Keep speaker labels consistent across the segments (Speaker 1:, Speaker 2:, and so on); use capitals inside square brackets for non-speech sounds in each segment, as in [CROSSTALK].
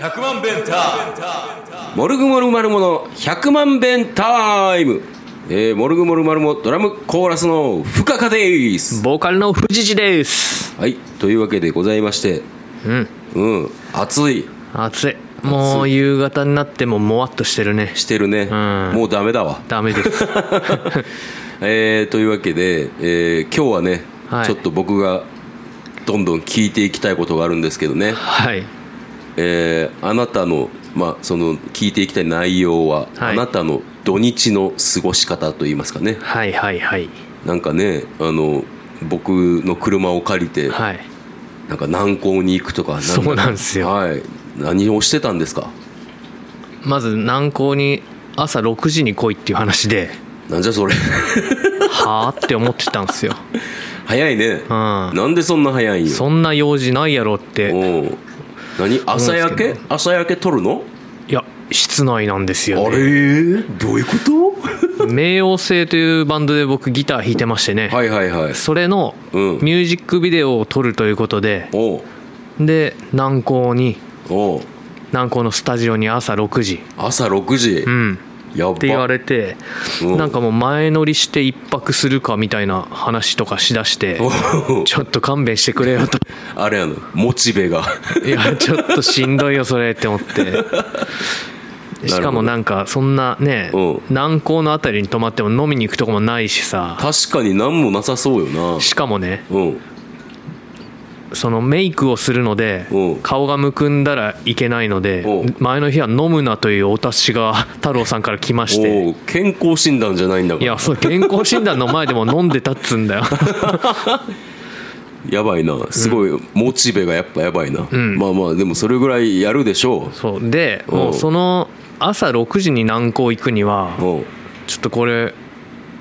Speaker 1: 100万弁
Speaker 2: モルグモルマルモの100万弁タイム、えー、モルグモルマルモドラムコーラスのフカカです
Speaker 3: ボーカルの藤地です。
Speaker 2: はいというわけでございまして
Speaker 3: うん。
Speaker 2: うん暑い
Speaker 3: 暑い。もう夕方になってももわっとしてるね。
Speaker 2: してるね、
Speaker 3: ん
Speaker 2: もうダメだわ
Speaker 3: ダ
Speaker 2: [LAUGHS]
Speaker 3: メです。
Speaker 2: えー、というわけで、えー今日はね、
Speaker 3: はい
Speaker 2: ちょっと僕がどんどん聞いていきたいことがあるんですけどね、
Speaker 3: はい。
Speaker 2: えーあなたの,、まあその聞いていきたい内容は、
Speaker 3: は
Speaker 2: あ
Speaker 3: い
Speaker 2: なたの土日の過ごし方といいますかね
Speaker 3: はいはいはい。
Speaker 2: なんかねあの僕の車を借りて、
Speaker 3: はい。
Speaker 2: なんか南港に行くとかか
Speaker 3: そうなんですよ
Speaker 2: はい、何をしてたんですか
Speaker 3: まず南港に朝6時に来いっていう話で、
Speaker 2: なんじゃそれ [LAUGHS]
Speaker 3: はあって思ってたんですよ。
Speaker 2: 早いね、なんでそんな早いんよ
Speaker 3: そんな用事ないやろって。
Speaker 2: おう何朝焼け朝焼け撮るの
Speaker 3: いや、室内なんです
Speaker 2: あ
Speaker 3: よ、ね。
Speaker 2: れどういうこと
Speaker 3: 冥王星というバンドで僕ギター弾いてまして
Speaker 2: [LAUGHS]
Speaker 3: ね。
Speaker 2: はいはいはい
Speaker 3: それのミ
Speaker 2: うん
Speaker 3: ュージックビデオを撮るということで、
Speaker 2: おう
Speaker 3: で、南港に、
Speaker 2: おう
Speaker 3: 南港のスタジオに朝6時。
Speaker 2: 朝6時、
Speaker 3: うん。
Speaker 2: やば
Speaker 3: って言われて
Speaker 2: うん
Speaker 3: なんかもう前乗りして一泊するかみたいな話とかしだして
Speaker 2: おう [LAUGHS]
Speaker 3: ちょっと勘弁してくれよと
Speaker 2: あれやのモチベ
Speaker 3: [LAUGHS]
Speaker 2: が [LAUGHS]
Speaker 3: いやちょっとしんどいよそれって思って
Speaker 2: [LAUGHS]
Speaker 3: しかもなんかそんなね
Speaker 2: うん
Speaker 3: 南港のあたりに泊まっても飲みに行くとこもないしさ
Speaker 2: 確かに何もなさそうよな
Speaker 3: しかもね
Speaker 2: うん
Speaker 3: そのメイクをするので
Speaker 2: うん
Speaker 3: 顔がむくんだらいけないので
Speaker 2: うん
Speaker 3: 前の日は飲むなというお達しが太郎さんから来まして
Speaker 2: おう健康診断じゃないんだか
Speaker 3: い
Speaker 2: ら
Speaker 3: やそう健康診断の前でも飲んでたっつうんだよ
Speaker 2: やばいなすごい、モチベがやっぱやばいな、まあまあでもそれぐらいやるでしょ
Speaker 3: そうで
Speaker 2: おう
Speaker 3: もうその朝6時に南港行くには
Speaker 2: う、うん
Speaker 3: ちょっとこれ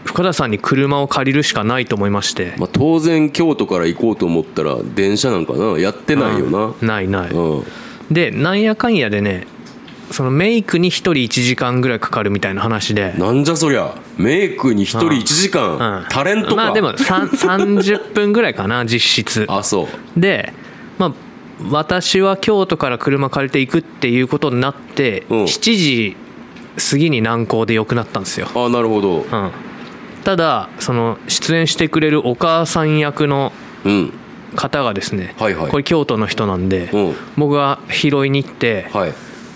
Speaker 3: 深田さんに車を借りるしかないと思いまして、
Speaker 2: まあ、当然京都から行こうと思ったら電車なんかなやってないよな
Speaker 3: ないない、
Speaker 2: うん
Speaker 3: でなんやかんやでねそのメイクに1人1時間ぐらいかかるみたいな話で、
Speaker 2: なんじゃそりゃメイクに一人1時間、
Speaker 3: うん
Speaker 2: タレントか、
Speaker 3: まあでもさん
Speaker 2: [LAUGHS]
Speaker 3: 30分ぐらいかな実質
Speaker 2: あそう
Speaker 3: でまあ私は京都から車借りていくっていうことになって、
Speaker 2: うん
Speaker 3: 7時過ぎに南港で良くなったんですよ
Speaker 2: あなるほど
Speaker 3: うん、ただその出演してくれるお母さん役の
Speaker 2: うん
Speaker 3: 方がですね、
Speaker 2: はいはい
Speaker 3: これ京都の人なんで、
Speaker 2: うん
Speaker 3: 僕が拾いに行って、
Speaker 2: はい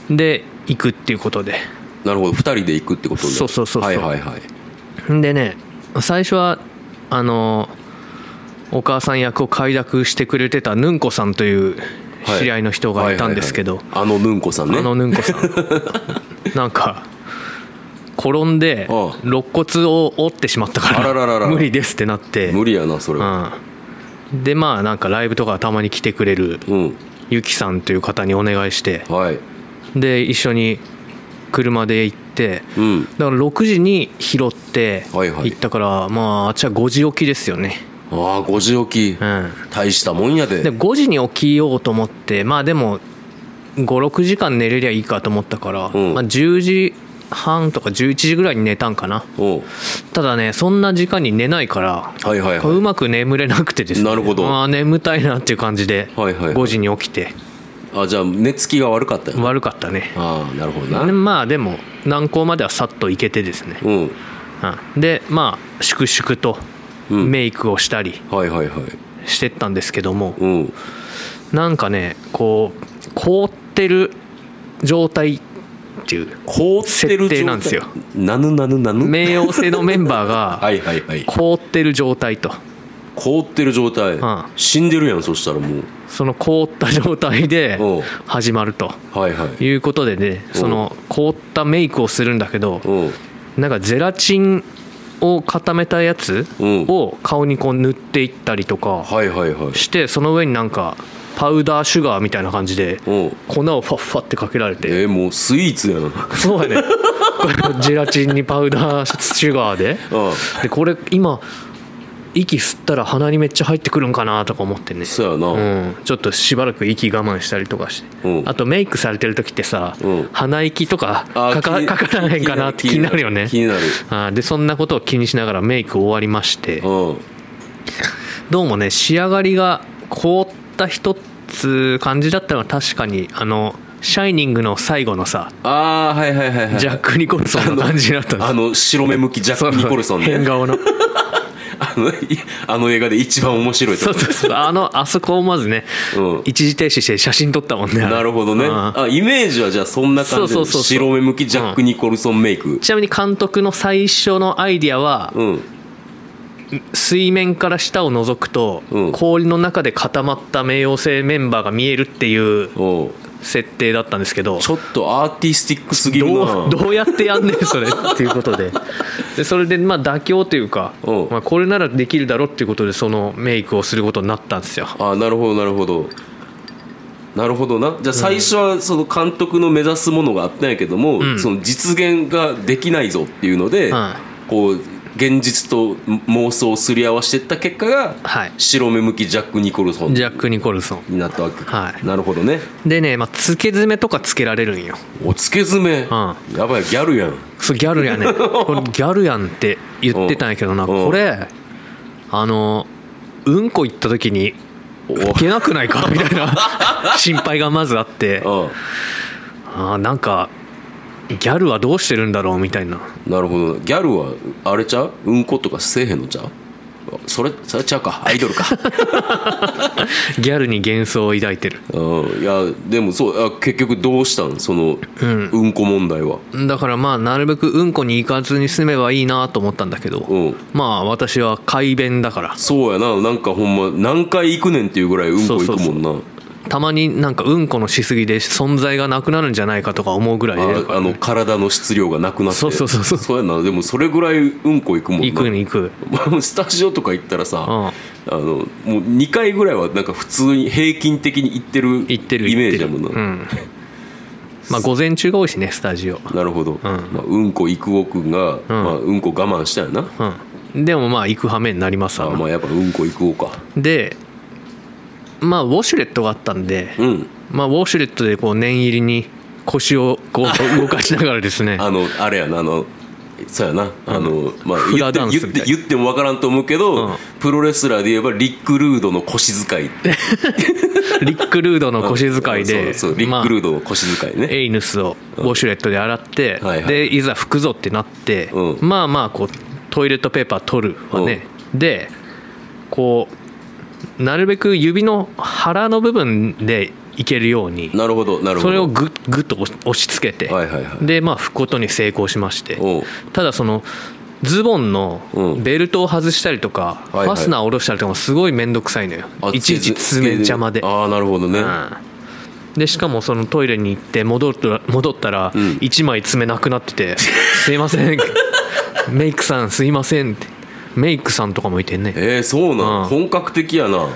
Speaker 3: で行くっていうことで
Speaker 2: なるほど2人で行くってことね
Speaker 3: そうそうそうそう
Speaker 2: はいはいはい
Speaker 3: んでね最初はあのお母さん役を快諾してくれてたぬんこさんという
Speaker 2: はい
Speaker 3: 知り合いの人がいたんですけど、
Speaker 2: はいはいはいあのぬんこさんね
Speaker 3: あのぬんこさん
Speaker 2: [LAUGHS]
Speaker 3: なんか転んで
Speaker 2: ああ
Speaker 3: 肋骨を折ってしまったから
Speaker 2: あらららら
Speaker 3: 無理ですってなって
Speaker 2: 無理やなそれは
Speaker 3: うん、でまあなんかライブとかたまに来てくれる
Speaker 2: うん
Speaker 3: ゆきさんという方にお願いして
Speaker 2: はい
Speaker 3: で一緒に車で行って
Speaker 2: うん
Speaker 3: だから6時に拾って
Speaker 2: はいはい
Speaker 3: 行ったから、まああっちは5時起きですよね
Speaker 2: ああ5時起き、
Speaker 3: うん
Speaker 2: 大したもんやで
Speaker 3: で5時に起きようと思ってまあでも56時間寝れりゃいいかと思ったから、
Speaker 2: うん
Speaker 3: まあ、10時半とか11時ぐらいに寝たんかな
Speaker 2: おう
Speaker 3: ただねそんな時間に寝ないから
Speaker 2: はいはいは
Speaker 3: うまく眠れなくてですね
Speaker 2: なるほど
Speaker 3: まあ眠たいなっていう感じで
Speaker 2: はいはいはい
Speaker 3: 5時に起きて
Speaker 2: いあじゃあ寝つきが悪かったよ
Speaker 3: 悪かったね
Speaker 2: ああなるほどな
Speaker 3: でまあでも南港まではさっと行けてですね、
Speaker 2: うん
Speaker 3: うんでまあ粛々と
Speaker 2: うん
Speaker 3: メイクをしたり
Speaker 2: はいはいはい
Speaker 3: してったんですけども、
Speaker 2: うん
Speaker 3: なんかねこう凍ってる状態っていう
Speaker 2: 凍ってる
Speaker 3: 設定なんですよ
Speaker 2: なぬなぬなぬ
Speaker 3: 冥王星のメンバ
Speaker 2: [LAUGHS]
Speaker 3: ー
Speaker 2: は
Speaker 3: が
Speaker 2: いはいはい
Speaker 3: 凍ってる状態と
Speaker 2: 凍ってる状態、
Speaker 3: ん
Speaker 2: 死んでるやんそしたらもう
Speaker 3: その凍った状態で
Speaker 2: おう
Speaker 3: 始まると
Speaker 2: はいはい
Speaker 3: いうことでねその凍ったメイクをするんだけど
Speaker 2: うん
Speaker 3: なんかゼラチンを固めたやつ
Speaker 2: うん
Speaker 3: を顔にこう塗っていったりとか
Speaker 2: はいはいはい
Speaker 3: してその上になんかパウダーシュガーみたいな感じで
Speaker 2: うん
Speaker 3: 粉をファッファってかけられて
Speaker 2: えー、もうスイーツやんあ
Speaker 3: そうやね [LAUGHS] ゼラチンにパウダーシュガーで
Speaker 2: あ
Speaker 3: でこれ今息吸ったら鼻にめっちゃ入ってくるんかなとか思ってね
Speaker 2: そうやな、
Speaker 3: うん、ちょっとしばらく息我慢したりとかして、
Speaker 2: うん
Speaker 3: あとメイクされてる時ってさ、
Speaker 2: うん
Speaker 3: 鼻息とか
Speaker 2: あ
Speaker 3: かか
Speaker 2: 気
Speaker 3: かからへんかなって気になるよね
Speaker 2: 気になる
Speaker 3: あーでそんなことを気にしながらメイク終わりまして
Speaker 2: うん
Speaker 3: どうもね仕上がりが凍った一つ感じだったのは確かにあの「シャイニング」の最後のさ
Speaker 2: ああはいはいはいはい
Speaker 3: ジャック・ニコルソンの感じだったんです
Speaker 2: あの白目向きジャック・ニコルソン
Speaker 3: 変
Speaker 2: ね [LAUGHS]
Speaker 3: 顔の
Speaker 2: あのいあの映画で一番面白いと
Speaker 3: そう
Speaker 2: こ
Speaker 3: そうそうあのあそこをまずね、
Speaker 2: うん
Speaker 3: 一時停止して写真撮ったもんね
Speaker 2: なるほどね
Speaker 3: うん
Speaker 2: あイメージはじゃあそんな感じ
Speaker 3: そ
Speaker 2: で
Speaker 3: うそうそうそう
Speaker 2: 白目向きジャック・ニコルソンメイク
Speaker 3: ちなみに監督の最初のアイディアは、
Speaker 2: うん
Speaker 3: 水面から下を覗くと、
Speaker 2: うん
Speaker 3: 氷の中で固まった冥王星メンバーが見えるっていう
Speaker 2: おう
Speaker 3: 設定だったんですけど
Speaker 2: ちょっとアーティスティックすぎる
Speaker 3: ど
Speaker 2: な
Speaker 3: うどうやってやんねんそれっていうこ
Speaker 2: [LAUGHS]
Speaker 3: とででそれでまあ妥協というか
Speaker 2: うん、
Speaker 3: まあ、これならできるだろうっていうことでそのメイクをすることになったんですよ
Speaker 2: あなるほどなるほどなるほどなじゃあ最初はその監督の目指すものがあったんやけども、
Speaker 3: ん
Speaker 2: その実現ができないぞっていうので、
Speaker 3: うん
Speaker 2: こう現実と妄想をすり合わせてった結果が、
Speaker 3: はい
Speaker 2: 白目向きジャック・ニコルソン
Speaker 3: ジャック・ニコルソン
Speaker 2: になったわけか、
Speaker 3: はい
Speaker 2: なるほどね
Speaker 3: でね、まあ、つけ爪とかつけられるんよ
Speaker 2: おつけ爪、
Speaker 3: う
Speaker 2: やばいギャルやん
Speaker 3: そうギャル
Speaker 2: [LAUGHS]
Speaker 3: やねこれギャルやんって言ってたんやけど
Speaker 2: う
Speaker 3: な
Speaker 2: ん
Speaker 3: これあのうんこ行った時にいけなくないかみたい
Speaker 2: [LAUGHS]
Speaker 3: な心配がまずあって
Speaker 2: う
Speaker 3: あーなんかギャルはどうしてるんだろうみたいなん
Speaker 2: なるほどギャルはあれちゃううんことかせえへんのちゃうそれそれちゃうかアイド
Speaker 3: [LAUGHS]
Speaker 2: ルか
Speaker 3: ギャルに幻想を抱いてる
Speaker 2: うんいやでもそうあ結局どうしたんそのうん
Speaker 3: ん
Speaker 2: こ問題は
Speaker 3: だからまあなるべくうんこに行かずに済めばいいなと思ったんだけど、
Speaker 2: うん
Speaker 3: まあ私は快便だから
Speaker 2: そうやななんかほんま何回行くねんっていうぐらいうんこ行くもんな
Speaker 3: たまになんかうんこのしすぎで存在がなくなるんじゃないかとか思うぐらい出るか
Speaker 2: ああ
Speaker 3: ら
Speaker 2: の体の質量がなくなって
Speaker 3: そうそうそうそう
Speaker 2: やなでもそれぐらいうんこ行くもんな
Speaker 3: 行
Speaker 2: [LAUGHS]
Speaker 3: くに行く
Speaker 2: もうスタジオとか行ったらさ、
Speaker 3: うん
Speaker 2: あのもう2回ぐらいはなんか普通に平均的に行ってる
Speaker 3: 行ってる
Speaker 2: イメー
Speaker 3: 行って
Speaker 2: ジだ
Speaker 3: る
Speaker 2: もんな、
Speaker 3: うんまあ午前中が多いしねスタジオ
Speaker 2: なるほど、うんまあ、うんこ行くおくんが、うんまあ、うんこ我慢したよな、
Speaker 3: うんでもまあ行く羽目になります
Speaker 2: あ
Speaker 3: わな
Speaker 2: まあやっぱうんこ行くおか
Speaker 3: でまあウォシュレットがあったんで、
Speaker 2: うん
Speaker 3: まあウォシュレットでこう念入りに腰をこう動かしながらですね
Speaker 2: あのあれやなあのそうやなあの、まあ
Speaker 3: フ
Speaker 2: 言
Speaker 3: ラ
Speaker 2: って
Speaker 3: ダンス
Speaker 2: 言っ
Speaker 3: みたい
Speaker 2: て
Speaker 3: な
Speaker 2: 言っても分からんと思うけど、
Speaker 3: うん
Speaker 2: プロレスラーで言えばリック・ルードの腰使いって
Speaker 3: リック・ルードの [LAUGHS] 腰遣いで
Speaker 2: そうそうリック・ルードの腰遣いね、
Speaker 3: まあエイヌスをウォシュレットで洗って、
Speaker 2: はいはい
Speaker 3: でいざ拭くぞってなって、
Speaker 2: うん
Speaker 3: まあまあこうトイレットペーパー取るはね、でこうなるべく指の腹の部分でいけるように
Speaker 2: なるほどなるほど
Speaker 3: それをグッグッと押し押し付けて、
Speaker 2: はいはいはい
Speaker 3: でまあ拭くことに成功しまして
Speaker 2: おう
Speaker 3: ただそのズボンの
Speaker 2: うん
Speaker 3: ベルトを外したりとか、
Speaker 2: はいはい
Speaker 3: ファスナーを下ろしたりとかすごい面倒くさいのよ
Speaker 2: あ
Speaker 3: いちいち爪邪魔で
Speaker 2: ああなるほどね、
Speaker 3: うんでしかもそのトイレに行って戻ったら戻ったら
Speaker 2: ん
Speaker 3: 1枚爪なくなってて「すいません [LAUGHS] メイクさんすいません」ってメイクさんとかもいてね
Speaker 2: えー、そうなん、
Speaker 3: うん
Speaker 2: 本格的やな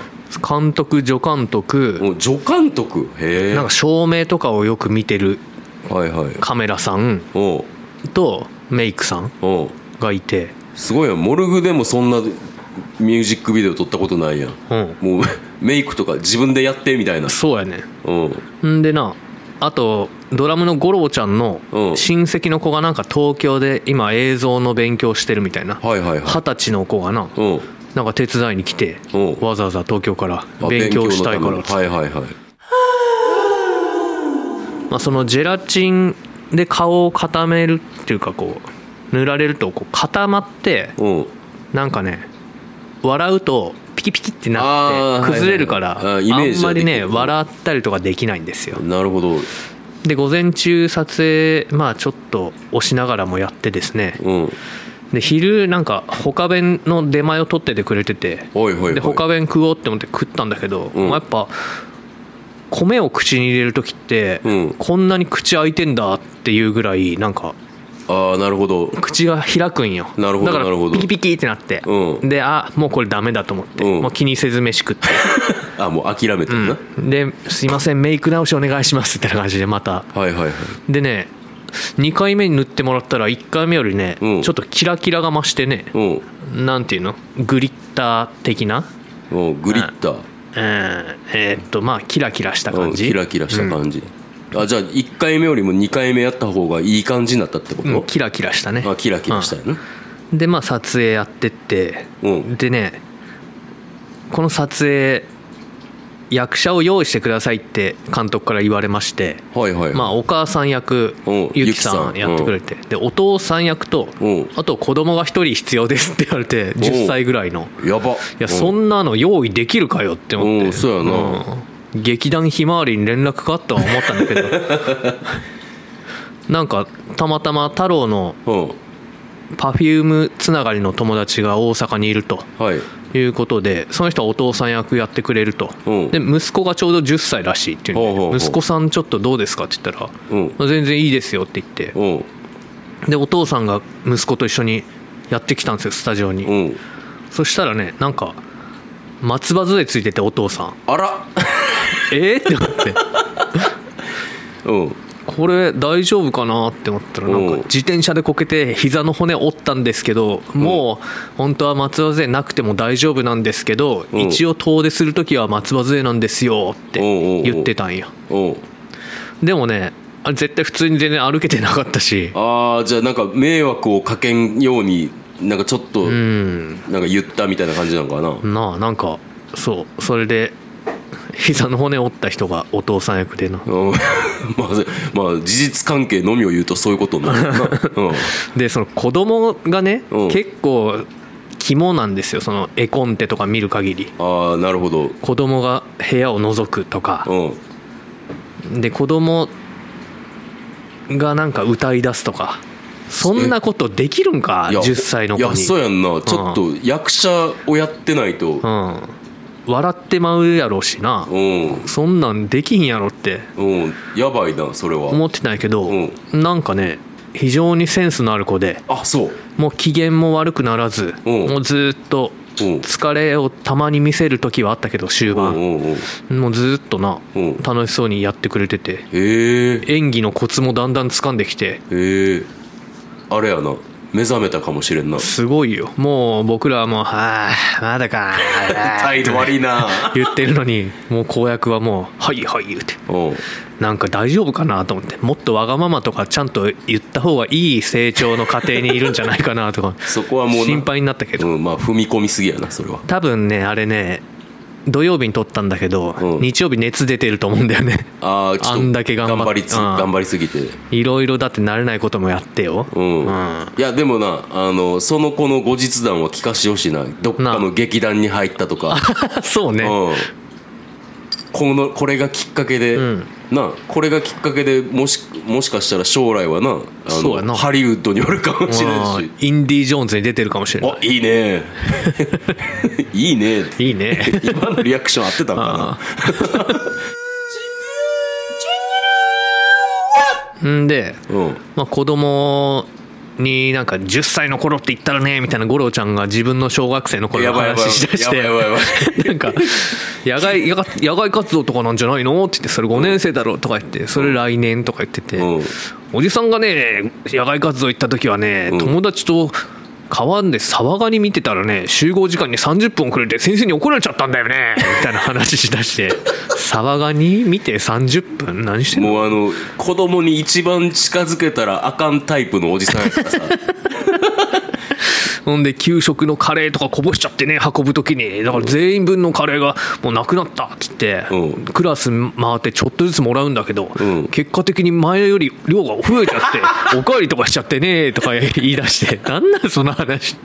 Speaker 3: 監督助監督
Speaker 2: もう助監督へえ
Speaker 3: なんか照明とかをよく見てる
Speaker 2: はいはい
Speaker 3: カメラさん
Speaker 2: おう
Speaker 3: とメイクさん
Speaker 2: おう
Speaker 3: がいて
Speaker 2: すごいやんモルグでもそんなミュージックビデオ撮ったことないやん
Speaker 3: うん
Speaker 2: もう [LAUGHS] メイクとか自分でやってみたいな
Speaker 3: そうやね
Speaker 2: うん
Speaker 3: んでなあとドラムの五郎ちゃんの
Speaker 2: うん
Speaker 3: 親戚の子がなんか東京で今映像の勉強してるみたいな
Speaker 2: はいはいは
Speaker 3: 二十歳の子がな
Speaker 2: いう
Speaker 3: なんか手伝いに来て
Speaker 2: うん
Speaker 3: わざわざ東京から
Speaker 2: んあ
Speaker 3: 勉強したいから
Speaker 2: 勉
Speaker 3: っつ
Speaker 2: 強
Speaker 3: って
Speaker 2: のためにはいはいはい
Speaker 3: まあそのジェラチンで顔を固めるっていうかこう塗られるとこう固まって
Speaker 2: うん
Speaker 3: なんかね笑うとピキピキって
Speaker 2: あ
Speaker 3: な
Speaker 2: ー
Speaker 3: って崩れるから
Speaker 2: は
Speaker 3: あ
Speaker 2: いはいはいあーイメー
Speaker 3: ん
Speaker 2: ジは
Speaker 3: ま
Speaker 2: でき
Speaker 3: り
Speaker 2: る
Speaker 3: ね笑ったりとかできないんですよ
Speaker 2: なるほど
Speaker 3: で午前中撮影まあちょっと押しながらもやってですね
Speaker 2: うん
Speaker 3: で昼なんか他弁の出前を取っててくれてて
Speaker 2: おいほいほい
Speaker 3: で他弁食おうって思って食ったんだけど、
Speaker 2: うん
Speaker 3: まあやっぱ米を口に入れる時って、
Speaker 2: うん
Speaker 3: こんなに口開いてんだっていうぐらいなんか
Speaker 2: ああなるほど
Speaker 3: 口が開くんよ
Speaker 2: なるほど
Speaker 3: だか
Speaker 2: なるほ
Speaker 3: ら
Speaker 2: ど
Speaker 3: ピキピキってなって、
Speaker 2: うん
Speaker 3: であもうこれダメだと思って、
Speaker 2: うん
Speaker 3: もう気にせず飯
Speaker 2: [LAUGHS]
Speaker 3: 食って、
Speaker 2: あもう諦めてるな、
Speaker 3: うんですいませんメイク直しお願いしますってな感じでま
Speaker 2: は
Speaker 3: た
Speaker 2: いはいはい
Speaker 3: でね2回目に塗ってもらったら1回目よりね、
Speaker 2: うん
Speaker 3: ちょっとキラキラが増してね、
Speaker 2: うん
Speaker 3: なんていうのグリッター的な
Speaker 2: うんグリッター
Speaker 3: うんえーっとまあキラキラした
Speaker 2: うん
Speaker 3: 感じ
Speaker 2: キラキラした感じ、あじゃあ1回目よりも2回目やった方がいい感じになったってこ
Speaker 3: うん
Speaker 2: と、
Speaker 3: キラキラしたね
Speaker 2: あキラキラしたよね、
Speaker 3: でまあ撮影やってって、
Speaker 2: うん
Speaker 3: でねこの撮影役者を用意してくださいって監督から言われまして、
Speaker 2: はいはい
Speaker 3: まあ、お母さん役
Speaker 2: うん
Speaker 3: ゆ
Speaker 2: ゆ
Speaker 3: き
Speaker 2: き
Speaker 3: さ
Speaker 2: さ
Speaker 3: ん
Speaker 2: ん
Speaker 3: やってくれて、でお父さん役と
Speaker 2: うん
Speaker 3: あと子供が1人必要ですって言われて10歳ぐらいの
Speaker 2: やばい
Speaker 3: いやそ
Speaker 2: ん
Speaker 3: んなの用意できるかよって思って、
Speaker 2: うんそうやな
Speaker 3: うん劇団ひまわりに連絡かとは思ったんだけど [LAUGHS] なんかたまたま太郎の
Speaker 2: うん
Speaker 3: パフュームつながりの友達が大阪にいると
Speaker 2: はい
Speaker 3: いうことでその人はお父さん役やってくれると、
Speaker 2: うん
Speaker 3: で息子がちょうど10歳らしいっていうんで
Speaker 2: ほうほうほう
Speaker 3: 息子さんちょっとどうですか?」って言ったら
Speaker 2: うん
Speaker 3: 「全然いいですよ」って言って
Speaker 2: うん
Speaker 3: でお父さんが息子と一緒にやってきたんですよスタジオに、
Speaker 2: うん
Speaker 3: そしたらねなんか松葉杖ついててお父さん
Speaker 2: あら
Speaker 3: え [LAUGHS] ー、って思って
Speaker 2: うん
Speaker 3: これ大丈夫かなって思ったらなん
Speaker 2: うん
Speaker 3: か自転車でこけて膝の骨折ったんですけどもう本当は松葉杖なくても大丈夫なんですけど
Speaker 2: うん
Speaker 3: 一応遠出する時は松葉杖なんですよって
Speaker 2: うんうんうん
Speaker 3: 言ってたんよ
Speaker 2: うん
Speaker 3: でもねあれ絶対普通に全然歩けてなかったし
Speaker 2: ああじゃあなんか迷惑をかけんようになんかちょっと
Speaker 3: うん
Speaker 2: なんか言ったみたいな感じなのかな、
Speaker 3: なあなんかそうそれで膝の骨折った人がお父さん役でな
Speaker 2: うん [LAUGHS] まあ、まあ事実関係のみを言うとそういうことになるよな、うん、
Speaker 3: でその子供がね
Speaker 2: うん
Speaker 3: 結構肝なんですよその絵コンテとか見る限り
Speaker 2: ああなるほど
Speaker 3: 子供が部屋を覗くとか
Speaker 2: うん
Speaker 3: で子供がなんか歌い出すとかそんなことできるんか
Speaker 2: いや
Speaker 3: 10歳の子
Speaker 2: いや
Speaker 3: に
Speaker 2: そうやんなちょっと役者をやってないと
Speaker 3: うん笑ってまうやろうしな
Speaker 2: うん
Speaker 3: そんなんできひんやろって
Speaker 2: うんやばいなそれは
Speaker 3: 思ってたんやけど
Speaker 2: うん
Speaker 3: なんかね非常にセンスのある子で
Speaker 2: あそう
Speaker 3: もう機嫌も悪くならず
Speaker 2: うん
Speaker 3: もうずっと
Speaker 2: うん
Speaker 3: 疲れをたまに見せる時はあったけど終
Speaker 2: うん
Speaker 3: 盤
Speaker 2: うんうん
Speaker 3: もうずっとな
Speaker 2: うん
Speaker 3: 楽しそうにやってくれてて
Speaker 2: へえ
Speaker 3: 演技のコツもだんだん掴んできて
Speaker 2: へえあれやな目覚めたかもしれんな
Speaker 3: すごいよもう僕らはもう「はあまだか」
Speaker 2: [LAUGHS] 態度悪いな
Speaker 3: [LAUGHS] 言ってるのにもう公約はもう「はいはい」言うて
Speaker 2: うん
Speaker 3: なんか大丈夫かなと思ってもっとわがままとかちゃんと言った方がいい成長の過程にいるんじゃないかなとか
Speaker 2: [LAUGHS] そこはもうな
Speaker 3: 心配になったけど
Speaker 2: うんまあ踏み込みすぎやなそれは
Speaker 3: 多分ねあれね土曜日に撮ったんだけど、
Speaker 2: うん
Speaker 3: 日曜日熱出てると思うんだよ
Speaker 2: [LAUGHS]
Speaker 3: ね
Speaker 2: ああちょっと
Speaker 3: あんだけ頑張っ
Speaker 2: 頑張りつ
Speaker 3: うん
Speaker 2: 頑張りすぎて
Speaker 3: いろいろだって慣れないこともやってよ
Speaker 2: うん、
Speaker 3: うん
Speaker 2: いやでもなあのその子の後日談は聞かしてほしいなどっかの劇団に入ったと
Speaker 3: [LAUGHS]
Speaker 2: か、
Speaker 3: そう
Speaker 2: う
Speaker 3: ね、
Speaker 2: ん、このこれがきっかけで、
Speaker 3: うん
Speaker 2: なこれがきっかけでもしもしかしたら将来はなあの
Speaker 3: そうやな
Speaker 2: ハリウッドにおるかもしれん
Speaker 3: まあ
Speaker 2: し
Speaker 3: インディ・ジョーンズに出てるかもしれない
Speaker 2: あいい
Speaker 3: [LAUGHS]
Speaker 2: ねいいね
Speaker 3: いいね
Speaker 2: [LAUGHS] 今のリアクション合ってたんかな
Speaker 3: ああんで、
Speaker 2: [LAUGHS] うん
Speaker 3: まあ、子供になんか10歳の頃って言ったらねみたいな五郎ちゃんが自分の小学生の頃
Speaker 2: や
Speaker 3: の
Speaker 2: ばいやばい
Speaker 3: 話しだし
Speaker 2: やばいやばいやば
Speaker 3: てなんか野外野外野外活動とかなんじゃないのって言ってそれ5年生だろとか言ってそれ来年とか言ってて
Speaker 2: うん
Speaker 3: おじさんがね野外活動行った時はね
Speaker 2: ん
Speaker 3: 友達と川で沢ガニ見てたらね集合時間に30分遅れて先生に怒られちゃったんだよねみたいな話しだして [LAUGHS] 沢ガニ見て30分何してんの
Speaker 2: もうあの子供に一番近づけたらあかんタイプのおじさんや
Speaker 3: [LAUGHS]
Speaker 2: からさ
Speaker 3: ほんで給食のカレーとかこぼしちゃってね運ぶ時にだから全員分のカレーがもうなくなったっつって、
Speaker 2: うん
Speaker 3: クラス回ってちょっとずつもらうんだけど、
Speaker 2: うん
Speaker 3: 結果的に前より量が増えちゃ
Speaker 2: [LAUGHS]
Speaker 3: っておかわりとかしちゃってねとか言い出してなんなんその話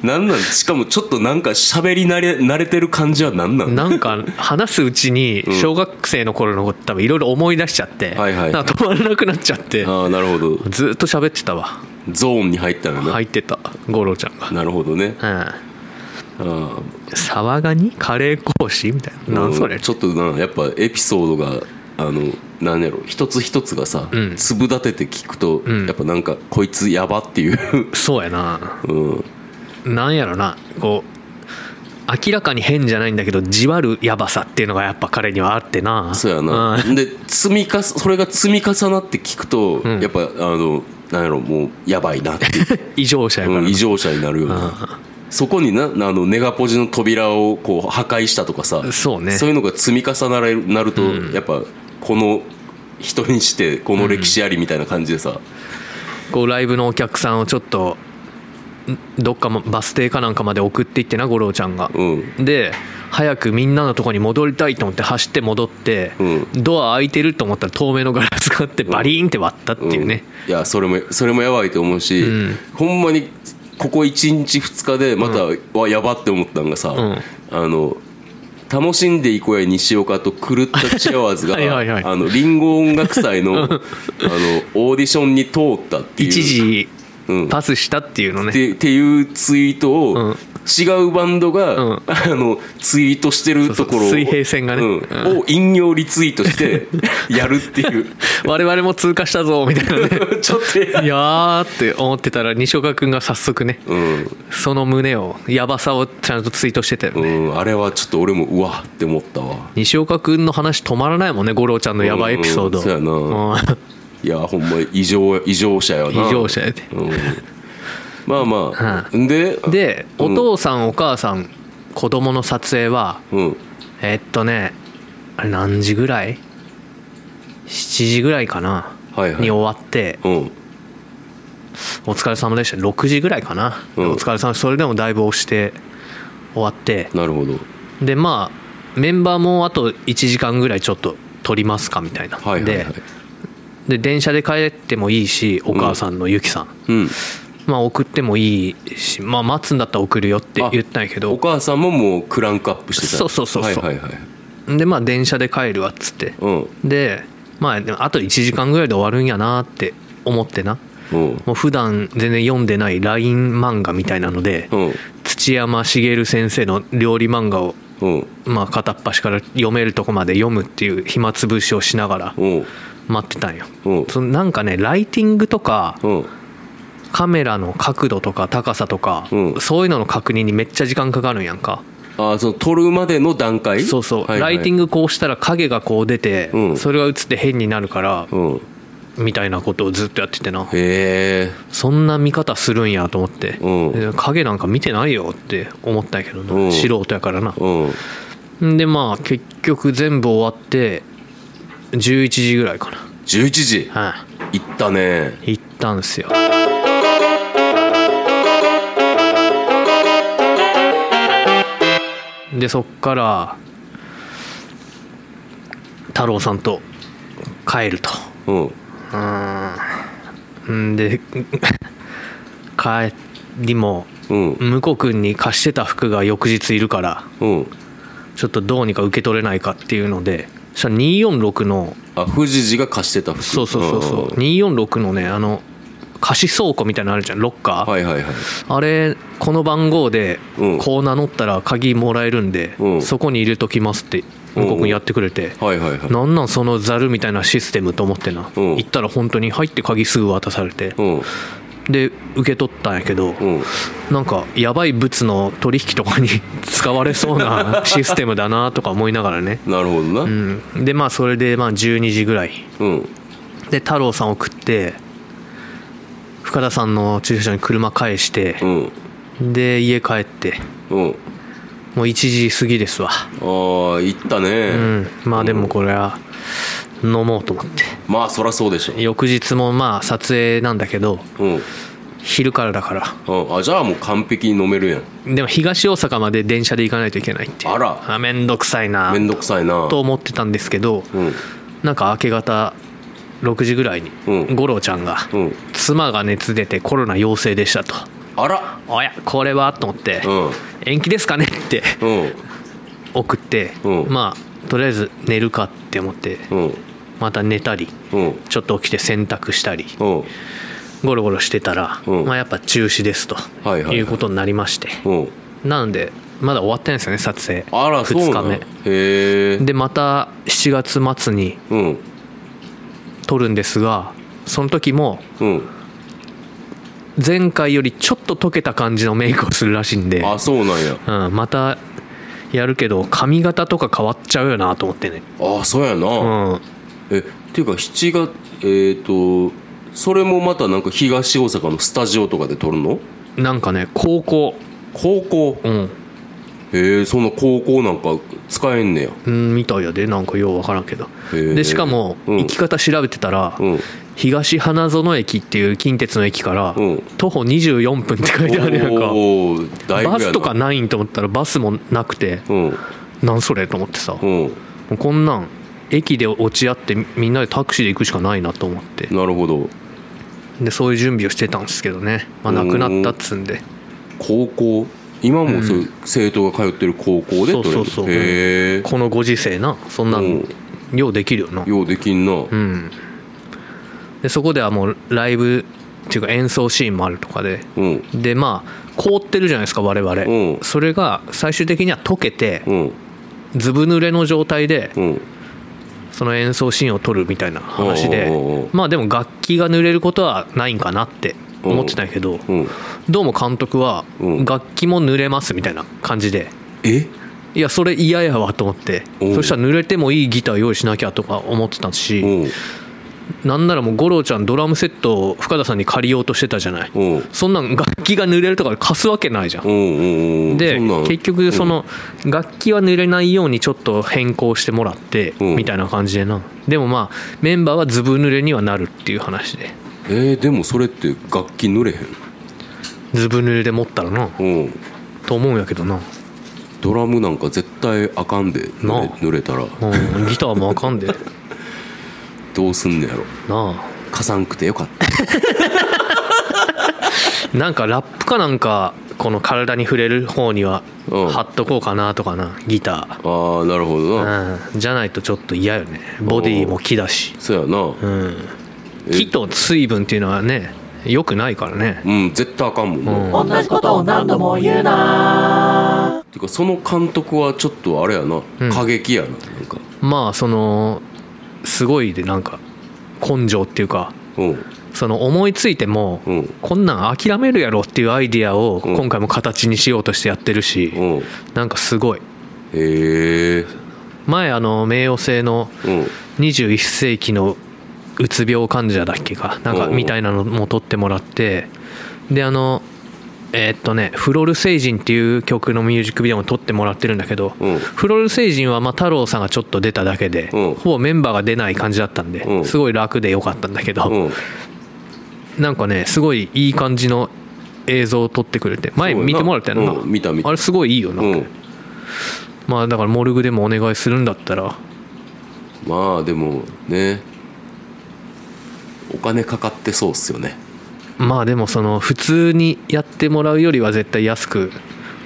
Speaker 2: なんなんしかもちょっとなんか喋り慣れ慣れてる感じはなんなん
Speaker 3: なんか話すうちに小学生の頃のこと多分いろいろ思い出しちゃって、
Speaker 2: はいはい
Speaker 3: なんか止まらなくなっちゃって [LAUGHS]
Speaker 2: ああなるほど
Speaker 3: ずっと喋ってたわ
Speaker 2: ゾーンに入ったのね、
Speaker 3: 入ってた五郎ちゃんが
Speaker 2: なるほどね
Speaker 3: 「
Speaker 2: あ
Speaker 3: うん、沢ガニカレー講師?」みたい
Speaker 2: あ
Speaker 3: な「なんそれ?
Speaker 2: ちょっとなやっぱエピソードがあのなんやろ一つ一つがさ、
Speaker 3: ん
Speaker 2: 粒立てて聞くと、
Speaker 3: ん
Speaker 2: やっぱなんかこいつやばっていう」、 [LAUGHS]
Speaker 3: そうやな
Speaker 2: うん、
Speaker 3: なんやろなこう明らかに変じゃないんだけどじわるやばさっていうのがやっぱ彼にはあってな
Speaker 2: そうやな、
Speaker 3: ん
Speaker 2: で積みかそれが積み重なって聞くと、
Speaker 3: ん
Speaker 2: やっぱあのなんやろもうやばいなっていう
Speaker 3: 異常 [LAUGHS] 者やから
Speaker 2: う
Speaker 3: な、
Speaker 2: ん異常者になるよう
Speaker 3: う
Speaker 2: なそこになあのネガポジの扉をこう破壊したとかさ
Speaker 3: そうね
Speaker 2: いうのが積み重なるなると、やっぱこの人にしてこの歴史ありみたいな感じでさ、
Speaker 3: こうライブのお客さんをちょっとんどっかもバス停かなんかまで送っていってな五郎ちゃんが、
Speaker 2: うん
Speaker 3: で早くみんなのとこに戻りたいと思って走って戻って、
Speaker 2: う
Speaker 3: ドア開いてると思ったら透明のガラスがあってバリーンって割ったっていうね、
Speaker 2: いやそれもそれもやばいと思うし、
Speaker 3: うん
Speaker 2: ほんまにここ1日2日でまたはやばって思ったんがさ、
Speaker 3: ん
Speaker 2: あの楽しんでいこうや西岡と狂ったチアワーズが
Speaker 3: はいはいはい
Speaker 2: あのリンゴ音楽祭のあのオーディションに通ったっていう
Speaker 3: 一時
Speaker 2: うん
Speaker 3: パスしたっていう
Speaker 2: [LAUGHS]
Speaker 3: の
Speaker 2: っ
Speaker 3: ね、
Speaker 2: てっていうツイートを、
Speaker 3: うん
Speaker 2: 違うバンドが、
Speaker 3: うん
Speaker 2: あのツイートしてるところを
Speaker 3: そうそう水平線がね
Speaker 2: うん
Speaker 3: うん
Speaker 2: を引用リツイートして
Speaker 3: [LAUGHS]
Speaker 2: やるっていう
Speaker 3: 我々も通過したぞみたいな
Speaker 2: [LAUGHS]
Speaker 3: ね
Speaker 2: ちょっとや
Speaker 3: [LAUGHS] いやーって思ってたら西岡君が早速ね、
Speaker 2: うん
Speaker 3: その胸をやばさをちゃんとツイートしてたよね、
Speaker 2: うん、あれはちょっと俺もうわって思ったわ
Speaker 3: 西岡君の話止まらないもんね五郎ちゃんのやばいエピソード、
Speaker 2: うんそうやなないやほんま異常異常者やな
Speaker 3: 異常者やで
Speaker 2: うん、まあまあ、、
Speaker 3: うん
Speaker 2: で
Speaker 3: うんで、
Speaker 2: うん
Speaker 3: お父さんお母さん子供の撮影は
Speaker 2: うん
Speaker 3: えっとねあれ何時ぐらい ?7 時ぐらいかな、
Speaker 2: はいはい
Speaker 3: に終わって
Speaker 2: うん
Speaker 3: お疲れ様でした6時ぐらいかな、
Speaker 2: うん
Speaker 3: お疲れ様それでもだいぶ押して終わって
Speaker 2: なるほど
Speaker 3: でまあメンバーもあと1時間ぐらいちょっと撮りますかみたいな、
Speaker 2: はいはいはい
Speaker 3: でで電車で帰ってもいいしお母さんのゆきさん
Speaker 2: うん
Speaker 3: まあ送ってもいいし、まあ、待つんだったら送るよって言ったんやけ
Speaker 2: お
Speaker 3: ど
Speaker 2: 母さんももうクランクアップしてた
Speaker 3: そうそうそうそう
Speaker 2: はいはいはい
Speaker 3: でまあ電車で帰るわっつって
Speaker 2: うん
Speaker 3: でまあでもあと1時間ぐらいで終わるんやなって思ってな
Speaker 2: うん
Speaker 3: もう普段全然読んでない LINE 漫画みたいなので、
Speaker 2: うん
Speaker 3: 土山茂先生の料理漫画を
Speaker 2: うん
Speaker 3: まあ片っ端から読めるとこまで読むっていう暇つぶしをしながら
Speaker 2: うん
Speaker 3: 待ってたんよ
Speaker 2: うん
Speaker 3: そのなんかねライティングとか
Speaker 2: うん
Speaker 3: カメラの角度とか高さとか、
Speaker 2: うん
Speaker 3: そういうのの確認にめっちゃ時間かかるんやんか
Speaker 2: ああその撮るまでの段階
Speaker 3: そうそう、ライティン
Speaker 2: グ
Speaker 3: グこうしたら影がこう出て、
Speaker 2: うん
Speaker 3: それが映って変になるから、
Speaker 2: うん
Speaker 3: みたいなことをずっとやってて
Speaker 2: へ
Speaker 3: な
Speaker 2: え
Speaker 3: そんな見方するんやと思って、
Speaker 2: うん
Speaker 3: で影なんか見てないよって思ったんやけどな、
Speaker 2: うん
Speaker 3: 素人やからな
Speaker 2: うん
Speaker 3: んでまあ結局全部終わって11時ぐらいかな
Speaker 2: 11時
Speaker 3: はい
Speaker 2: ったね
Speaker 3: い行ったんすよでそっから太郎さんと帰ると
Speaker 2: うん
Speaker 3: んで [LAUGHS] 帰りも
Speaker 2: うん
Speaker 3: 向こう君に貸してた服が翌日いるから
Speaker 2: うん
Speaker 3: ちょっとどうにか受け取れないかっていうのでそしたら246の
Speaker 2: あ藤次が貸してた服
Speaker 3: そうそうそうそう
Speaker 2: うん
Speaker 3: 246のねあの貸し倉庫みたいなのあるじゃんロッカー、
Speaker 2: はいはいはい
Speaker 3: あれこの番号で
Speaker 2: うん
Speaker 3: こう名乗ったら鍵もらえるんで、
Speaker 2: うん
Speaker 3: そこに入れときますって向こう君やってくれて、
Speaker 2: はいはいはい
Speaker 3: なんなんそのザルみたいなシステムと思ってな、
Speaker 2: うん
Speaker 3: 行ったら本当に入って鍵すぐ渡されて、
Speaker 2: うん
Speaker 3: で受け取ったんやけど、
Speaker 2: うん
Speaker 3: なんかやばい物の取引とかに [LAUGHS] 使われそうなシステムだなとか思いながらね、
Speaker 2: なるほどなう
Speaker 3: うんん、でまあそれでまあ12時ぐらい
Speaker 2: うん
Speaker 3: で太郎さん送って深田さんの駐車場に車返して
Speaker 2: う、ん
Speaker 3: で家帰ってもう1時過ぎですわ
Speaker 2: ああいったね
Speaker 3: うんまあでもこれは飲もうと思って
Speaker 2: まあそらそうでしょ
Speaker 3: 翌日もまあ撮影なんだけど
Speaker 2: うん
Speaker 3: 昼からだから
Speaker 2: うんあじゃあもう完璧に飲めるやん
Speaker 3: でも東大阪まで電車で行かないといけないっていう
Speaker 2: あら
Speaker 3: あめんどくさいな
Speaker 2: めんどくさいな
Speaker 3: と思ってたんですけど、
Speaker 2: うん
Speaker 3: なんか明け方6時ぐらいに、
Speaker 2: うん
Speaker 3: 五郎ちゃんが、
Speaker 2: うん
Speaker 3: 妻が熱出てコロナ陽性でしたと
Speaker 2: あら
Speaker 3: おやこれはと思って、
Speaker 2: うん
Speaker 3: 延期ですかねって
Speaker 2: うん
Speaker 3: 送って、
Speaker 2: うん
Speaker 3: まあとりあえず寝るかって思って、
Speaker 2: うん
Speaker 3: また寝たり
Speaker 2: うん
Speaker 3: ちょっと起きて洗濯したり
Speaker 2: うん
Speaker 3: ゴロゴロしてたら、
Speaker 2: うん
Speaker 3: まあ、やっぱ中止ですと、
Speaker 2: いはいはい
Speaker 3: いうことになりまして、
Speaker 2: うん
Speaker 3: なのでまだ終わってないんですよね撮影
Speaker 2: あらそう
Speaker 3: 2
Speaker 2: な
Speaker 3: 日
Speaker 2: の
Speaker 3: 目
Speaker 2: へえ
Speaker 3: でまた7月末に
Speaker 2: うん
Speaker 3: 撮るんですがその時も
Speaker 2: うん
Speaker 3: 前回よりちょっと溶けた感じのメイクをするらしいんで、
Speaker 2: あそうなんや
Speaker 3: うん、またやるけど髪型とか変わっちゃうよなと思ってね
Speaker 2: あそうやな
Speaker 3: うん
Speaker 2: えっていうか7月えっ、とそれもまたなんか東大阪のスタジオとかで撮るの
Speaker 3: なんかね高校
Speaker 2: 高校
Speaker 3: うん、
Speaker 2: へえそんな高校なんか使えんねや
Speaker 3: うん、みたいやでなんかようわからんけど
Speaker 2: へー
Speaker 3: でしかも
Speaker 2: うん
Speaker 3: 行き方調べてたら、
Speaker 2: うん
Speaker 3: 東花園駅っていう近鉄の駅から
Speaker 2: うん
Speaker 3: 徒歩24分って書いてあるやんか
Speaker 2: おーだいぶやな
Speaker 3: バスとかないんと思ったらバスもなくて
Speaker 2: うん
Speaker 3: なんそれと思ってさ、も
Speaker 2: うん
Speaker 3: うこんなん駅で落ち合ってみみんなでタクシーで行くしかないなと思って
Speaker 2: なるほど
Speaker 3: でそういう準備をしてたんですけどね、まあ、なくなったっつんで
Speaker 2: 高校今もそういう生徒が通ってる高校で
Speaker 3: そう
Speaker 2: 取れる
Speaker 3: そうそう
Speaker 2: へえ
Speaker 3: このご時世なそんな
Speaker 2: うんん
Speaker 3: ようできるよな
Speaker 2: ようできんなう
Speaker 3: うんんでそこではもうライブっていうか演奏シーンもあるとかで
Speaker 2: うん
Speaker 3: でまあ凍ってるじゃないですか我々、
Speaker 2: うん
Speaker 3: それが最終的には溶けて
Speaker 2: うん
Speaker 3: ずぶ濡れの状態で
Speaker 2: うん
Speaker 3: その演奏シーンを撮るみたいな話で
Speaker 2: おうおうおう
Speaker 3: まあでも楽器が濡れることはないんかなって思ってたんやけど
Speaker 2: うん
Speaker 3: どうも監督は
Speaker 2: うん
Speaker 3: 楽器も濡れますみたいな感じで
Speaker 2: え
Speaker 3: いやそれ嫌やわと思って
Speaker 2: おう
Speaker 3: そしたら濡れてもいいギター用意しなきゃとか思ってた
Speaker 2: う
Speaker 3: し
Speaker 2: ん
Speaker 3: なんならもう五郎ちゃんドラムセットを深田さんに借りようとしてたじゃない
Speaker 2: うん
Speaker 3: そんなん楽器が濡れるとか貸すわけないじゃん
Speaker 2: うんうんうん
Speaker 3: で
Speaker 2: そんなん
Speaker 3: 結局その楽器は濡れないようにちょっと変更してもらって
Speaker 2: うん
Speaker 3: みたいな感じでなでもまあメンバーはずぶ濡れにはなるっていう話で
Speaker 2: えーでもそれって楽器濡れへ
Speaker 3: ずぶ濡れで持ったらなん
Speaker 2: うん
Speaker 3: と思うんやけどな、
Speaker 2: ドラムなんか絶対あかんで濡
Speaker 3: な
Speaker 2: れ
Speaker 3: あ
Speaker 2: 濡れたら
Speaker 3: うん、 [LAUGHS] ギターもあかんでな
Speaker 2: どうすんのやろ
Speaker 3: あ
Speaker 2: 貸さんくてよかった
Speaker 3: [LAUGHS] なんかラップかなんかこの体に触れる方には
Speaker 2: うん
Speaker 3: 貼っとこうかなとかなギタ
Speaker 2: ああなるほどな
Speaker 3: ー、うん、じゃないとちょっと嫌よねボディも木だし、
Speaker 2: そうや
Speaker 3: う、
Speaker 2: なんえ
Speaker 3: 木と水分っていうのはね良くないからね
Speaker 2: うん絶対あかんもんな
Speaker 3: うん
Speaker 4: 同じことを何度も言うな
Speaker 2: てかその監督はちょっとあれやな、
Speaker 3: うん
Speaker 2: 過激やななんか
Speaker 3: まあそのすごいでなんか根性っていうか
Speaker 2: うん
Speaker 3: その思いついても、
Speaker 2: うん
Speaker 3: こんなん諦めるやろっていうアイディアを
Speaker 2: うん
Speaker 3: 今回も形にしようとしてやってるし、
Speaker 2: うん
Speaker 3: なんかすごい
Speaker 2: へえ
Speaker 3: 前あの名誉性の
Speaker 2: うん
Speaker 3: 21世紀のうつ病患者だっけかなんか
Speaker 2: うん
Speaker 3: みたいなのも撮ってもらってであのえーっとね「フロル星人」っていう曲のミュージックビデオも撮ってもらってるんだけど、
Speaker 2: うん
Speaker 3: フロル星人はまあ太郎さんがちょっと出ただけで、
Speaker 2: うん
Speaker 3: ほぼメンバーが出ない感じだったんで、
Speaker 2: うん
Speaker 3: すごい楽でよかったんだけど、
Speaker 2: うん
Speaker 3: なんかねすごいいい感じの映像を撮ってくれて前
Speaker 2: そうやな
Speaker 3: 見てもらったよな、
Speaker 2: うん見た見た
Speaker 3: あれすごいいいよな、
Speaker 2: うん
Speaker 3: まあだからモルグでもお願いするんだったら
Speaker 2: まあでもねお金かかってそうっすよね
Speaker 3: まあでもその普通にやってもらうよりは絶対安く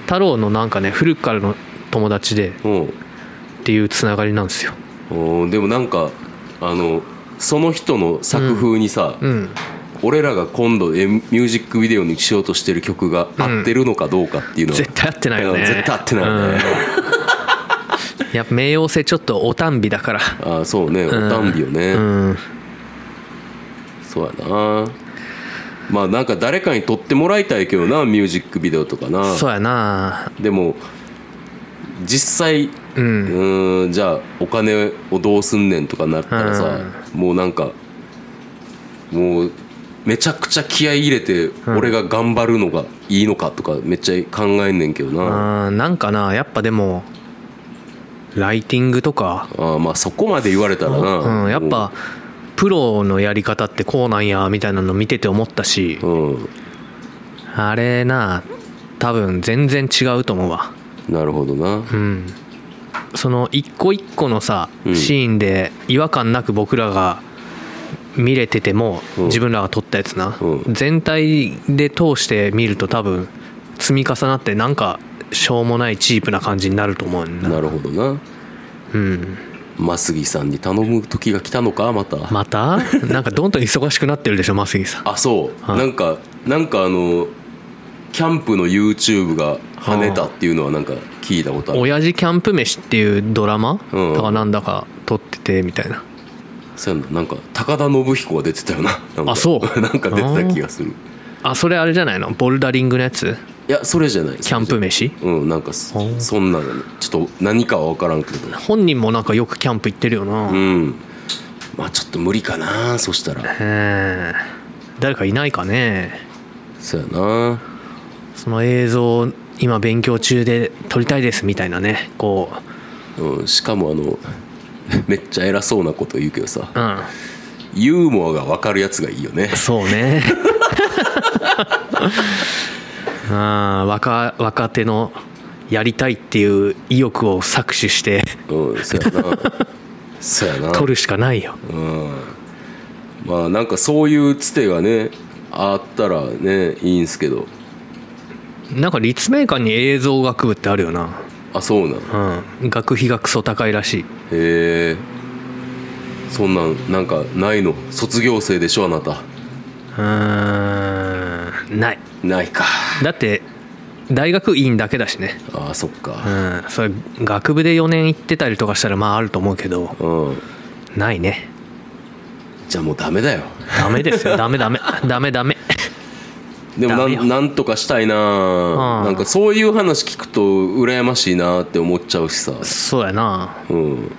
Speaker 3: 太郎のなんかね古くからの友達で
Speaker 2: うん
Speaker 3: っていうつながりなんですよ
Speaker 2: おーでもなんかあのその人の作風にさ、
Speaker 3: うん
Speaker 2: 俺らが今度えミュージックビデオにしようとしてる曲が合ってるのかどうかっていうのは、
Speaker 3: 絶対合ってないよね
Speaker 2: うん絶対合ってないよね、
Speaker 3: うんやっぱ冥王星ちょっとおたんびだから
Speaker 2: ああそうねお
Speaker 3: うん
Speaker 2: たんびよね、
Speaker 3: うん
Speaker 2: そうやなまあなんか誰かに撮ってもらいたいけどなミュージックビデオとかな
Speaker 3: そうやな
Speaker 2: でも実際
Speaker 3: う
Speaker 2: うんーんじゃあお金をどうすんねんとかなったらさ、もうなんかもうめちゃくちゃ気合い入れて俺が頑張るのがいいのかとかめっちゃ考えんねんけど
Speaker 3: う
Speaker 2: な、
Speaker 3: んなんかなやっぱでもライティングとか
Speaker 2: あーまあそこまで言われたらな、
Speaker 3: うんやっぱプロのやり方ってこうなんやみたいなの見てて思ったし
Speaker 2: うん、うん
Speaker 3: あれな多分全然違うと思うわ
Speaker 2: なるほどな、
Speaker 3: うんその一個一個のさ
Speaker 2: うん
Speaker 3: シーンで違和感なく僕らが見れてても
Speaker 2: うん
Speaker 3: 自分らが撮ったやつな
Speaker 2: うん
Speaker 3: 全体で通して見ると多分積み重なってなんかしょうもないチープな感じになると思うんだ
Speaker 2: なるほどな
Speaker 3: うん
Speaker 2: 真杉さんに頼む時が来たのかまた、
Speaker 3: また [LAUGHS] なんかどんどん忙しくなってるでしょ増井さん
Speaker 2: あそう
Speaker 3: はい
Speaker 2: なんかなんかあのキャンプの YouTube が跳ねたっていうのはなんか聞いたことある
Speaker 3: 親父キャンプ飯っていうドラマ
Speaker 2: うん
Speaker 3: だかなんだか撮っててみたいな
Speaker 2: そうやななんか高田信彦が出てたよななんか
Speaker 3: あそ
Speaker 2: [LAUGHS]
Speaker 3: う
Speaker 2: なんか出てた気がする
Speaker 3: あそれあれじゃないのボルダリングのやつ
Speaker 2: いやそれじゃない
Speaker 3: キャンプ飯
Speaker 2: うんなんかそ
Speaker 3: ー
Speaker 2: そんなのねちょっと何かは分からんけど
Speaker 3: 本人もなんかよくキャンプ行ってるよな、
Speaker 2: う
Speaker 3: へ
Speaker 2: んまあちょっと無理かなそしたら
Speaker 3: え誰かいないかね
Speaker 2: そうやな
Speaker 3: その映像今勉強中で撮りたいですみたいなねこ
Speaker 2: うんしかもあの [LAUGHS] めっちゃ偉そうなこと言うけどさ
Speaker 3: ううん
Speaker 2: ユーモアが分かるやつがいいよね
Speaker 3: そうね [LAUGHS] ああ若若手のやりたいっていう意欲を搾取して
Speaker 2: うんそうやなそうやな
Speaker 3: [LAUGHS] 取るしかないよ
Speaker 2: うんまあなんかそういうつてがねあったらねいいんすけど
Speaker 3: なんか立命館に映像学部ってあるよな
Speaker 2: あそうなんへ
Speaker 3: うん学費がクソ高いらしい
Speaker 2: えそんなんなんかないの卒業生でしょあなた
Speaker 3: うーんない
Speaker 2: ないか
Speaker 3: だって大学院だけだしね
Speaker 2: あーそっ
Speaker 3: う
Speaker 2: か
Speaker 3: んそれ学部で4年行ってたりとかしたらまああると思うけど
Speaker 2: うん
Speaker 3: ないね
Speaker 2: じゃあもうダメだよ
Speaker 3: ダメです [LAUGHS] よダメダメダメダメ
Speaker 2: でも
Speaker 3: ダ
Speaker 2: な
Speaker 3: メよ
Speaker 2: んなんとかしたいな
Speaker 3: うん
Speaker 2: なんかそういう話聞くと羨ましいなって思っちゃうしさ
Speaker 3: そうやな
Speaker 2: うん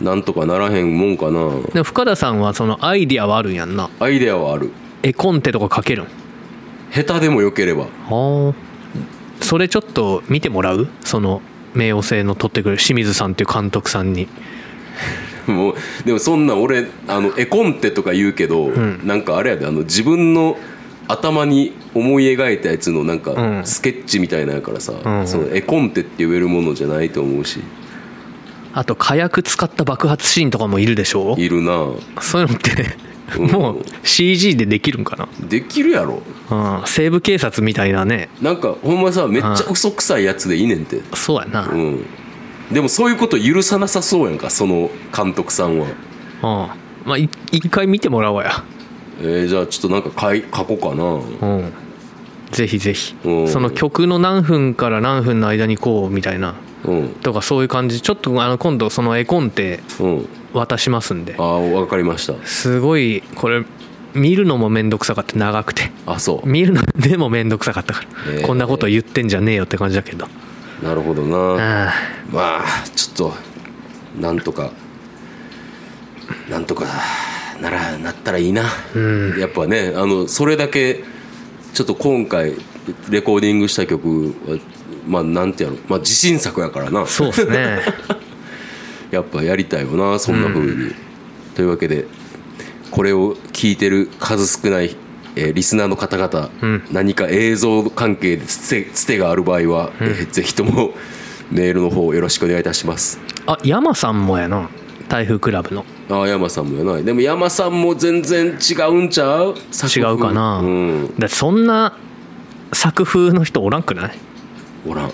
Speaker 2: なんとかならへんもんかな
Speaker 3: でも深田さんはそのアイディアはあるんやんな
Speaker 2: アイデアはある
Speaker 3: 絵コンテとか書けるん
Speaker 2: 下手でもよければ
Speaker 3: ああそれちょっと見てもらうその冥王星の撮ってくる清水さんっていう監督さんに
Speaker 2: もうでもそんな俺あの絵コンテとか言うけど、
Speaker 3: ん
Speaker 2: なんかあれやであの自分の頭に思い描いたやつのなん
Speaker 3: う
Speaker 2: か
Speaker 3: ん
Speaker 2: スケッチみたいなんやからさ、
Speaker 3: ん
Speaker 2: その絵コンテって言えるものじゃないと思うし
Speaker 3: あと火薬使った爆発シーンとかもいるでしょ
Speaker 2: いるな
Speaker 3: そういうのって
Speaker 2: うん
Speaker 3: もう CG でできるんか
Speaker 2: できるやろ
Speaker 3: な、うん、西部警察みたいなね
Speaker 2: なんかほんまさめっちゃ嘘くさいやつでいいねんて
Speaker 3: そうやな、
Speaker 2: う
Speaker 3: うん
Speaker 2: んでもそういうこと許さなさそうやんかその監督さんは
Speaker 3: まあい一回見てもらおうや
Speaker 2: えーじゃあちょっとなんか書い書こうかな
Speaker 3: うんぜひぜひ
Speaker 2: うん
Speaker 3: その曲の何分から何分の間にこうみたいな
Speaker 2: うん
Speaker 3: とかそういう感じちょっとあの今度その絵コンテ
Speaker 2: うん
Speaker 3: 渡しますんで
Speaker 2: ああ分かりました
Speaker 3: すごいこれ見るのもめんどくさかった長くて
Speaker 2: あそ
Speaker 3: 見るのでもめんどくさかったから、
Speaker 2: えー
Speaker 3: こんなこと言ってんじゃねえよって感じだけど、
Speaker 2: うなるほどな
Speaker 3: あ
Speaker 2: まあちょっとなんとかなんとかならなったらいいな、やっぱねあのそれだけちょっと今回レコーディングした曲はまあなんてやろまあ自信作やからな
Speaker 3: あそうですね
Speaker 2: やっぱやりたいよなそんな風に、というわけでこれを聞いてる数少ない、えーリスナーの方々、何か映像関係でつてつてがある場合は、えーぜひともメールの方よろしくお願いいたします
Speaker 3: あ山さんもやな台風クラブの
Speaker 2: ああ山さんもやないでも山さんも全然違うんちゃう作
Speaker 3: 違
Speaker 2: 風
Speaker 3: うかな、
Speaker 2: うん
Speaker 3: だってそんな作風の人おらんくない、
Speaker 2: おらん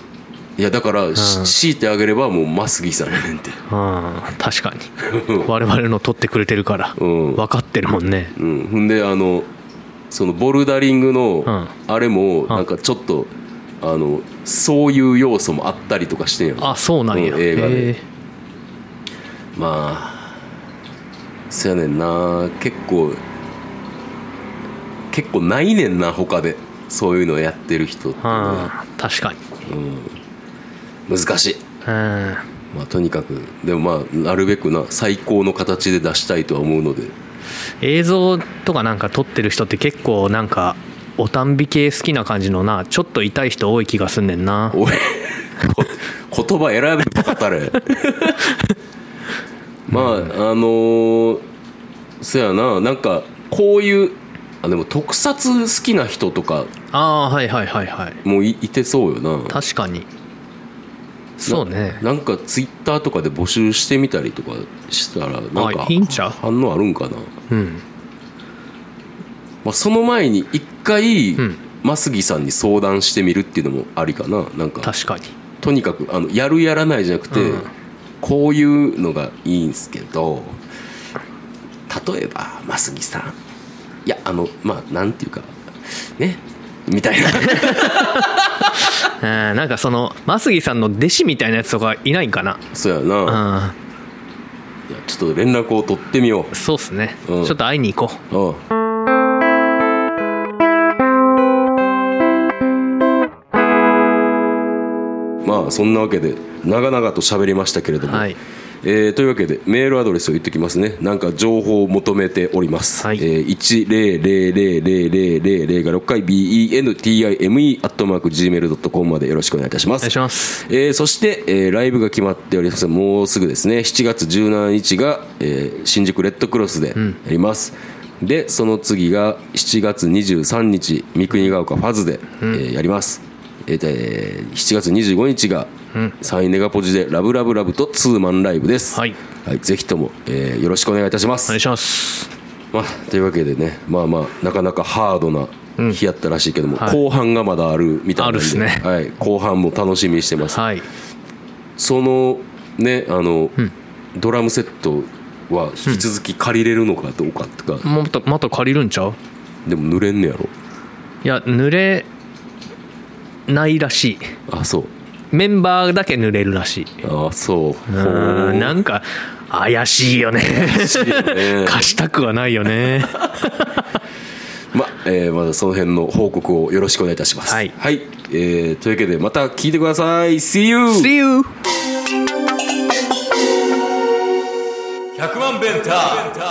Speaker 2: いやだから、し強いてあげればもう真杉さんやねんて
Speaker 3: うん、確かに
Speaker 2: [LAUGHS]
Speaker 3: 我々の撮ってくれてるから、
Speaker 2: うん
Speaker 3: 分かってるもんね
Speaker 2: うんほんであのそのボルダリング
Speaker 3: うん
Speaker 2: のあれもなんかちょっと、あのそういう要素もあったりとかしてんやろ
Speaker 3: あそうなんや、
Speaker 2: うん映画で
Speaker 3: へえ
Speaker 2: まあそやねんな結構結構ないねんな他でそういうのやってる人っていうのは
Speaker 3: うん、確かに
Speaker 2: 難しい
Speaker 3: うん
Speaker 2: まあ、とにかくでもまあなるべくな最高の形で出したいとは思うので
Speaker 3: 映像とかなんか撮ってる人って結構なんかおたんび系好きな感じのなちょっと痛い人多い気がすんねんな
Speaker 2: おいこ [LAUGHS] 言葉選べばかたれ [LAUGHS] まああのーそやななんかこういうあでも特撮好きな人とか
Speaker 3: ああーはいはいはいはい
Speaker 2: もいいてそうよな
Speaker 3: 確かにそうね
Speaker 2: なんかツイッターとかで募集してみたりとかしたらなんか
Speaker 3: あいいんちゃう
Speaker 2: 反応あるんかな、
Speaker 3: うん
Speaker 2: まあ、その前に一回、
Speaker 3: ん
Speaker 2: マスギさんに相談してみるっていうのもありかななんか
Speaker 3: 確かに
Speaker 2: とにかくあのやるやらないじゃなくて、
Speaker 3: うん
Speaker 2: こういうのがいいんすけど例えばマスギさんいやあのまあなんていうかねみたい
Speaker 3: [LAUGHS]
Speaker 2: な
Speaker 3: うんなんかそのマスギさんの弟子みたいなやつとかいないんかな
Speaker 2: そうやな、い
Speaker 3: う
Speaker 2: やちょっと連絡を取ってみよ
Speaker 3: んそうっすね、
Speaker 2: うん
Speaker 3: ちょっと会いに行こ
Speaker 2: う、うん、まあそんなわけで長々と喋りましたけれど
Speaker 3: う
Speaker 2: も、
Speaker 3: はい
Speaker 2: えーというわけでメールアドレスを言ってきますねなんか情報を求めております、
Speaker 3: はい
Speaker 2: えー、1000000が6回 bentime.gmail.com までよろしくお願いいたしま
Speaker 3: お
Speaker 2: す
Speaker 3: 願いします
Speaker 2: えーそして、えーライブが決まっておりますもうすぐですね7月17日が、えー新宿レッドクロスでやります、でその次が7月23日三国ヶ丘ファズで、えーやります、ええーえー7月25日が
Speaker 3: うん
Speaker 2: 3位ネガポジで「ラブラブラブ」とツーマンライブです、
Speaker 3: はい
Speaker 2: ぜひとも、えーよろしくお願いいたします、
Speaker 3: お願いします
Speaker 2: まあ、というわけでねまあまあなかなかハードな日やったらしいけども、
Speaker 3: はい
Speaker 2: 後半がまだあるみたいなんで
Speaker 3: あるっすね
Speaker 2: はい、後半も楽しみにしてます、
Speaker 3: はい
Speaker 2: そのねあの、ドラムセットは引き続き借りれるのかどうかとか、
Speaker 3: またまた借りるんちゃう
Speaker 2: でも濡れんねやろ
Speaker 3: いや濡れないらしい
Speaker 2: あそう
Speaker 3: メンバーだけ濡れるらしい
Speaker 2: あそう
Speaker 3: うーんなんか怪しいよね
Speaker 2: しいよね
Speaker 3: [LAUGHS] 貸したくはないよね
Speaker 2: [LAUGHS] まえーまだその辺の報告をよろしくお願いいたします
Speaker 3: はい
Speaker 2: えーというわけでまた聞いてください See you!
Speaker 3: See you!
Speaker 1: 100万ベンター